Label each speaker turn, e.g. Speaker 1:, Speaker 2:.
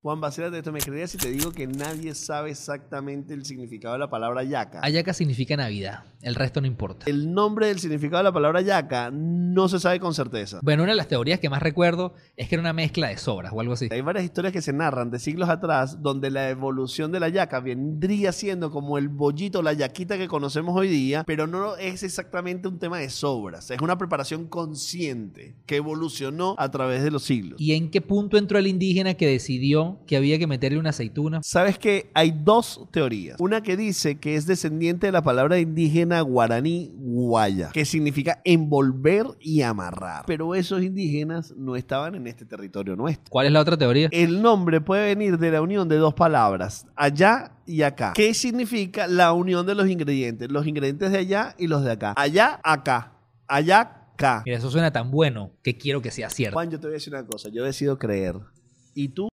Speaker 1: Juan, vacílate esto. ¿Me creerías si te digo que nadie sabe exactamente el significado de la palabra yaca?
Speaker 2: Ayaca significa Navidad, el resto no importa.
Speaker 1: El nombre del significado de la palabra yaca no se sabe con certeza.
Speaker 2: Bueno, una de las teorías que más recuerdo es que era una mezcla de sobras o algo así.
Speaker 1: Hay varias historias que se narran de siglos atrás donde la evolución de la yaca vendría siendo como el bollito, la yaquita que conocemos hoy día, pero no es exactamente un tema de sobras. Es una preparación consciente que evolucionó a través de los siglos.
Speaker 2: ¿Y en qué punto entró el indígena que decidió que había que meterle una aceituna?
Speaker 1: Sabes que hay dos teorías. Una que dice que es descendiente de la palabra indígena guaraní guaya, que significa envolver y amarrar. Pero esos indígenas no estaban en este territorio nuestro.
Speaker 2: ¿Cuál es la otra teoría?
Speaker 1: El nombre puede venir de la unión de dos palabras, allá y acá. ¿Qué significa la unión de los ingredientes? Los ingredientes de allá y los de acá. Allá, acá. Allá, acá.
Speaker 2: Mira, eso suena tan bueno que quiero que sea cierto.
Speaker 1: Juan, yo te voy a decir una cosa. Yo decido creer. ¿Y tú?